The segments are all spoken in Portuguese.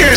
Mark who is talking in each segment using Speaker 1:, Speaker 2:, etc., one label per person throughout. Speaker 1: your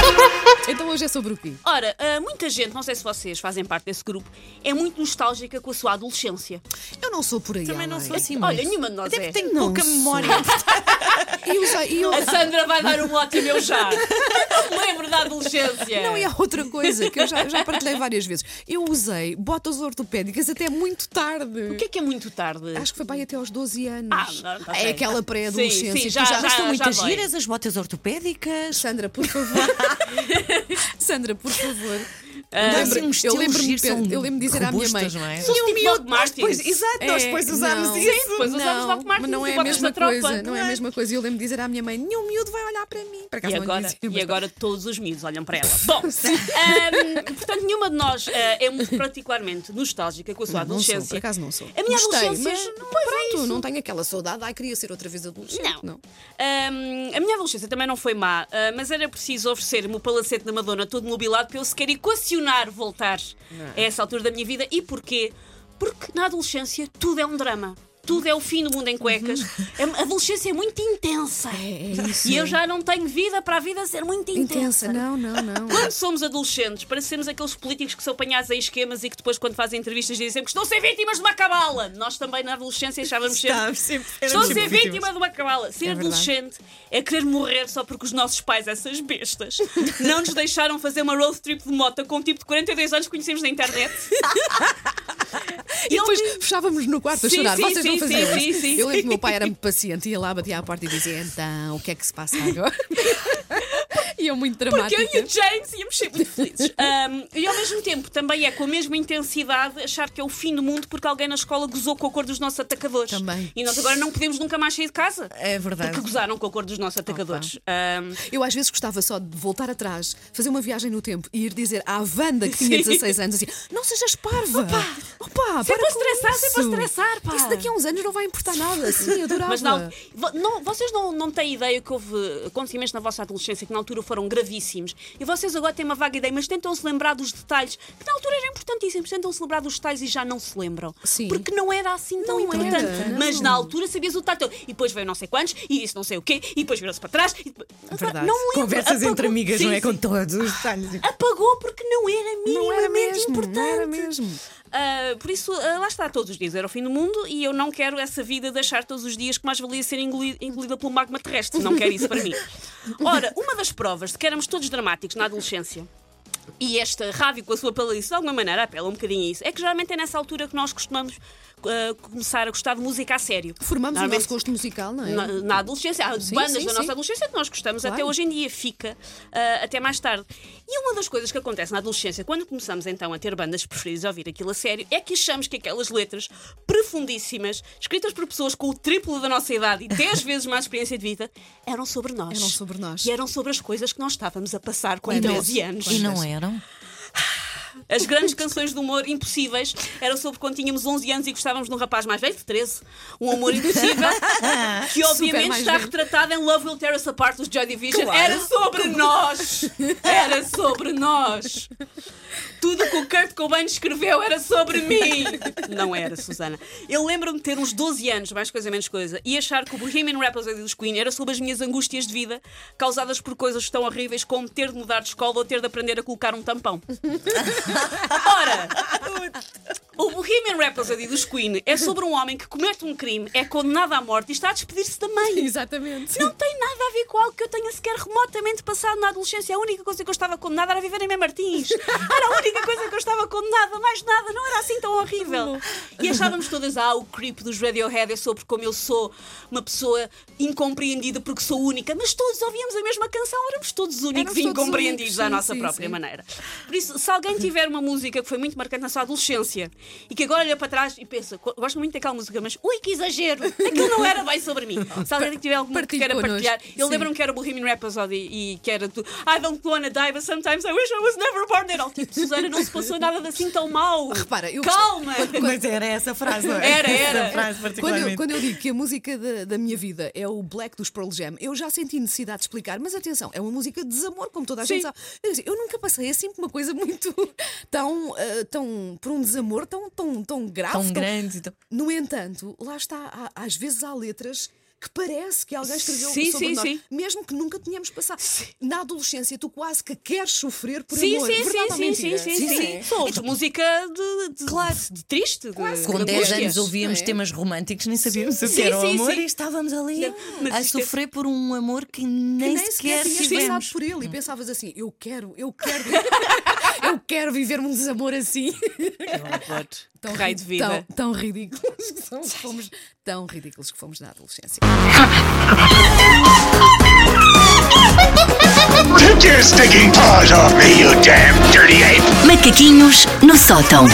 Speaker 2: Então hoje é sobre o quê?
Speaker 3: Ora, ah, muita gente, não sei se vocês fazem parte desse grupo, é muito nostálgica com a sua adolescência.
Speaker 2: Eu não sou por aí.
Speaker 4: Também não
Speaker 2: Ana.
Speaker 4: sou assim, mas.
Speaker 3: Olha, nenhuma de nós
Speaker 4: Até
Speaker 3: é.
Speaker 4: porque tenho
Speaker 2: Não
Speaker 4: pouca
Speaker 2: sou.
Speaker 4: memória.
Speaker 2: E eu já- e eu-
Speaker 3: A Sandra vai dar um ótimo eu já. Não me lembro da adolescência.
Speaker 2: Não, e há outra coisa que eu já, eu já partilhei várias vezes. Eu usei botas ortopédicas até muito tarde.
Speaker 3: O que é que é muito tarde?
Speaker 2: Acho que foi bem até aos 12 anos.
Speaker 3: Ah, não, tá
Speaker 2: é
Speaker 3: bem.
Speaker 2: aquela pré-adolescência.
Speaker 3: Sim, sim,
Speaker 2: que
Speaker 3: já-
Speaker 2: tu
Speaker 3: já-
Speaker 4: Mas são muitas
Speaker 3: dói.
Speaker 4: giras as botas ortopédicas.
Speaker 2: Sandra, por favor. Sandra, por favor.
Speaker 4: Dá-se um estilo
Speaker 2: eu lembro-me
Speaker 4: giro, são
Speaker 2: eu lembro de dizer à minha mãe.
Speaker 4: robustas, não é?
Speaker 2: "Tinha
Speaker 3: São
Speaker 2: um
Speaker 3: tipo
Speaker 2: miúdo,
Speaker 3: Doc
Speaker 2: nós
Speaker 3: Martens.
Speaker 2: depois- exato, nós
Speaker 4: É,
Speaker 2: depois usámos
Speaker 4: não.
Speaker 2: isso.
Speaker 3: Sim, depois usámos
Speaker 2: não,
Speaker 3: Doc Martens
Speaker 2: mas não é
Speaker 3: e
Speaker 2: a
Speaker 3: botas
Speaker 2: mesma
Speaker 3: da tropa.
Speaker 2: coisa, não é a mesma coisa. E eu lembro de dizer à minha mãe: nenhum miúdo vai olhar para mim. Para
Speaker 3: E agora,
Speaker 2: tipo
Speaker 3: e agora todos os miúdos olham para ela. Bom, ahm, portanto, nenhuma de nós ah, é muito particularmente nostálgica com a
Speaker 2: Não,
Speaker 3: sua
Speaker 2: não
Speaker 3: adolescência.
Speaker 2: sou, por acaso não sou.
Speaker 3: A minha
Speaker 2: Gostei,
Speaker 3: adolescência.
Speaker 2: mas não,
Speaker 3: Pois é
Speaker 2: pronto,
Speaker 3: isso.
Speaker 2: não tenho aquela saudade. Ai, queria ser outra vez adolescente.
Speaker 3: Não. Ahm, a minha adolescência também não foi má, ah, mas era preciso oferecer-me o palacete da Madonna todo mobilado para eu sequer equacionar voltar a essa altura da minha vida. E porquê? Porque na adolescência tudo é um drama. Tudo é o fim do mundo em cuecas. É- A adolescência é muito intensa.
Speaker 2: Uhum. É isso.
Speaker 3: E eu já não tenho vida para a vida ser muito
Speaker 2: Intensa,
Speaker 3: intensa.
Speaker 2: não, não, não.
Speaker 3: Quando somos adolescentes, parecemos aqueles políticos que são apanhados em esquemas e que depois, quando fazem entrevistas, dizem que estão a ser vítimas de uma cabala. Nós também, na adolescência, achávamos sempre. Estou a ser vítima de uma cabala. Ser
Speaker 2: verdade.
Speaker 3: adolescente é querer morrer só porque os nossos pais, essas bestas, não nos deixaram fazer uma road trip de moto com um tipo de 42 anos que conhecemos na internet.
Speaker 2: E depois fechávamos no quarto a
Speaker 3: Sim,
Speaker 2: chorar.
Speaker 3: sim,
Speaker 2: Vocês não
Speaker 3: sim,
Speaker 2: faziam
Speaker 3: sim,
Speaker 2: isso?
Speaker 3: sim, sim.
Speaker 2: Eu lembro que o meu pai era muito paciente, ia lá, batia à porta e dizia: então, o que é que se passa agora? E eu muito
Speaker 3: Porque
Speaker 2: dramática.
Speaker 3: eu e o James íamos ser muito felizes. Ahm, e ao mesmo tempo também é com a mesma intensidade achar que é o fim do mundo porque alguém na escola gozou com a cor dos nossos atacadores.
Speaker 2: Também.
Speaker 3: E nós agora não podemos nunca mais sair de casa.
Speaker 4: É verdade.
Speaker 3: Porque gozaram com a cor dos nossos atacadores. Ahm,
Speaker 2: Eu às vezes gostava só de voltar atrás, fazer uma viagem no tempo e ir dizer à Wanda que tinha
Speaker 3: Sim.
Speaker 2: 16 anos assim: não sejas parva! Opa! Opa!
Speaker 3: Se é
Speaker 2: para
Speaker 3: para estressar,
Speaker 2: com
Speaker 3: se é
Speaker 2: isso.
Speaker 3: para estressar, pá.
Speaker 2: Isso daqui a uns anos não vai importar nada, sim, adorava.
Speaker 3: mas não,
Speaker 4: É
Speaker 3: vo- não- vocês não, não têm ideia que houve acontecimentos na vossa adolescência que na altura foram gravíssimos e vocês agora têm uma vaga ideia, mas tentam-se lembrar dos detalhes que na altura eram importantíssimos, tentam-se lembrar dos detalhes e já não se lembram.
Speaker 2: Sim.
Speaker 3: Porque não era assim tão
Speaker 2: Não era,
Speaker 3: importante.
Speaker 2: não.
Speaker 3: Mas na altura sabias o detalhe todo. E depois veio não sei quantos e disse não sei o quê e depois virou-se para trás. E depois...
Speaker 4: Verdade.
Speaker 3: Não lembro.
Speaker 4: Conversas entre
Speaker 3: Apagou.
Speaker 4: amigas,
Speaker 3: Sim,
Speaker 4: não é?
Speaker 3: sim.
Speaker 4: Com todos os detalhes.
Speaker 3: Apagou porque não era
Speaker 2: Não era
Speaker 3: minimamente
Speaker 2: mesmo,
Speaker 3: importante.
Speaker 2: não era mesmo.
Speaker 3: Ah, por isso, ah, lá está, todos os dias era o fim do mundo e eu não quero essa vida de achar todos os dias que mais valia ser engoli- engolida pelo magma terrestre. Não quero isso para mim. Ora, uma das provas de que éramos todos dramáticos na adolescência. E esta rádio com a sua playlist de alguma maneira apela um bocadinho a isso. É que geralmente é nessa altura que nós costumamos ah, começar a gostar de música a sério.
Speaker 2: Formamos o
Speaker 3: Normalmente-
Speaker 2: nosso gosto musical, não é?
Speaker 3: na, na adolescência. Há
Speaker 2: Sim,
Speaker 3: bandas
Speaker 2: sim,
Speaker 3: da
Speaker 2: sim.
Speaker 3: nossa adolescência que nós gostamos
Speaker 2: Claro.
Speaker 3: até hoje em dia, fica ah, até mais tarde. E uma das coisas que acontece na adolescência, quando começamos então a ter bandas preferidas e a ouvir aquilo a sério, é que achamos que aquelas letras profundíssimas, escritas por pessoas com o triplo da nossa idade e 10 vezes mais experiência de vida, eram sobre nós.
Speaker 2: Eram sobre nós.
Speaker 3: E eram sobre as coisas que nós estávamos a passar com
Speaker 2: Então,
Speaker 3: 13 anos.
Speaker 4: E não eram?
Speaker 3: As grandes canções de humor impossíveis eram sobre quando tínhamos 11 anos e gostávamos de um rapaz mais velho, de 13. Um amor impossível, que obviamente
Speaker 2: mais
Speaker 3: está
Speaker 2: velho.
Speaker 3: retratado em Love Will Tear Us Apart dos Joy Division.
Speaker 2: Claro.
Speaker 3: Era sobre nós! Era sobre nós! Tudo que o Kurt Cobain escreveu era sobre mim! Não era, Susana. Eu lembro-me de ter uns 12 anos, mais coisa menos coisa, e achar que o Bohemian Rhapsody dos Queen era sobre as minhas angústias de vida causadas por coisas tão horríveis como ter de mudar de escola ou ter de aprender a colocar um tampão. Ora, o Bohemian Rhapsody dos Queen é sobre um homem que comete um crime, é condenado à morte e está a despedir-se da mãe.
Speaker 2: Exatamente.
Speaker 3: Não tem nada a ver com algo que eu tenha sequer remotamente passado na adolescência. A única coisa que eu estava condenada era viver em Mem Martins. Era a única coisa que eu estava condenada, mais nada. Não era assim tão horrível. E achávamos todas, ah, o creep dos Radiohead é sobre como eu sou uma pessoa incompreendida porque sou única. Mas todos ouvíamos a mesma canção, éramos todos únicos e
Speaker 2: Éramos todos
Speaker 3: incompreendidos
Speaker 2: únicos,
Speaker 3: à
Speaker 2: sim,
Speaker 3: nossa
Speaker 2: sim,
Speaker 3: própria
Speaker 2: sim.
Speaker 3: maneira. Por isso, se alguém tiver uma música que foi muito marcante na sua adolescência e que agora olha para trás e pensa, "Co- gosto muito daquela música, mas ui, que exagero! Aquilo não era bem sobre mim. Se alguém tiver alguma que
Speaker 2: Partilhe
Speaker 3: queira
Speaker 2: connosco,
Speaker 3: partilhar, eu
Speaker 2: sim.
Speaker 3: lembro-me que era Bohemian Rhapsody e que era do I don't wanna die, but sometimes I wish I was never born at all. Tipo, Susana, não se passou nada de assim tão mal.
Speaker 2: Repara, eu
Speaker 3: Calma!
Speaker 4: Mas era essa frase, não é?
Speaker 3: Era, era.
Speaker 4: Essa frase
Speaker 2: Quando
Speaker 4: particularmente.
Speaker 2: eu, quando eu digo que a música da, da minha vida é o Black dos Pearl Jam, eu já senti necessidade de explicar, mas atenção, é uma música de desamor, como toda a gente
Speaker 3: Sim.
Speaker 2: sabe. Eu, disse, eu nunca passei assim por uma coisa muito tão, ah, tão por um desamor tão, tão, tão grave.
Speaker 4: Tão grande. Então...
Speaker 2: No entanto, lá está, há- às vezes há letras que parece que alguém escreveu
Speaker 3: Sim,
Speaker 2: sobre
Speaker 3: sim,
Speaker 2: nós,
Speaker 3: sim.
Speaker 2: mesmo que nunca tenhamos passado. Na adolescência, tu quase que queres sofrer por
Speaker 3: Sim,
Speaker 2: amor.
Speaker 3: sim,
Speaker 2: Verdade
Speaker 3: sim,
Speaker 2: ou
Speaker 3: sim, sim,
Speaker 2: mentira?
Speaker 3: sim, sim. Sou de música de, de, de triste. De, de
Speaker 4: Com 10
Speaker 3: angústia.
Speaker 4: anos ouvíamos
Speaker 2: não é?
Speaker 4: temas românticos, nem sabíamos o que
Speaker 3: Sim,
Speaker 4: era o
Speaker 3: sim,
Speaker 4: amor
Speaker 3: sim.
Speaker 4: e estávamos ali
Speaker 3: Não, mas
Speaker 4: a
Speaker 3: isto é-
Speaker 4: sofrer por um amor que
Speaker 2: Que
Speaker 4: nem,
Speaker 2: nem sequer tinhas
Speaker 4: tivemos.
Speaker 2: pensado por ele e pensavas assim: eu quero, eu quero, eu quero viver um desamor assim.
Speaker 3: Que raio de
Speaker 4: Então,
Speaker 3: vida.
Speaker 2: Tão, tão ridículos que somos, fomos, tão ridículos que fomos na adolescência.
Speaker 1: Take your stinking paws off me, you damn dirty ape!
Speaker 5: Macaquinhos no sótão.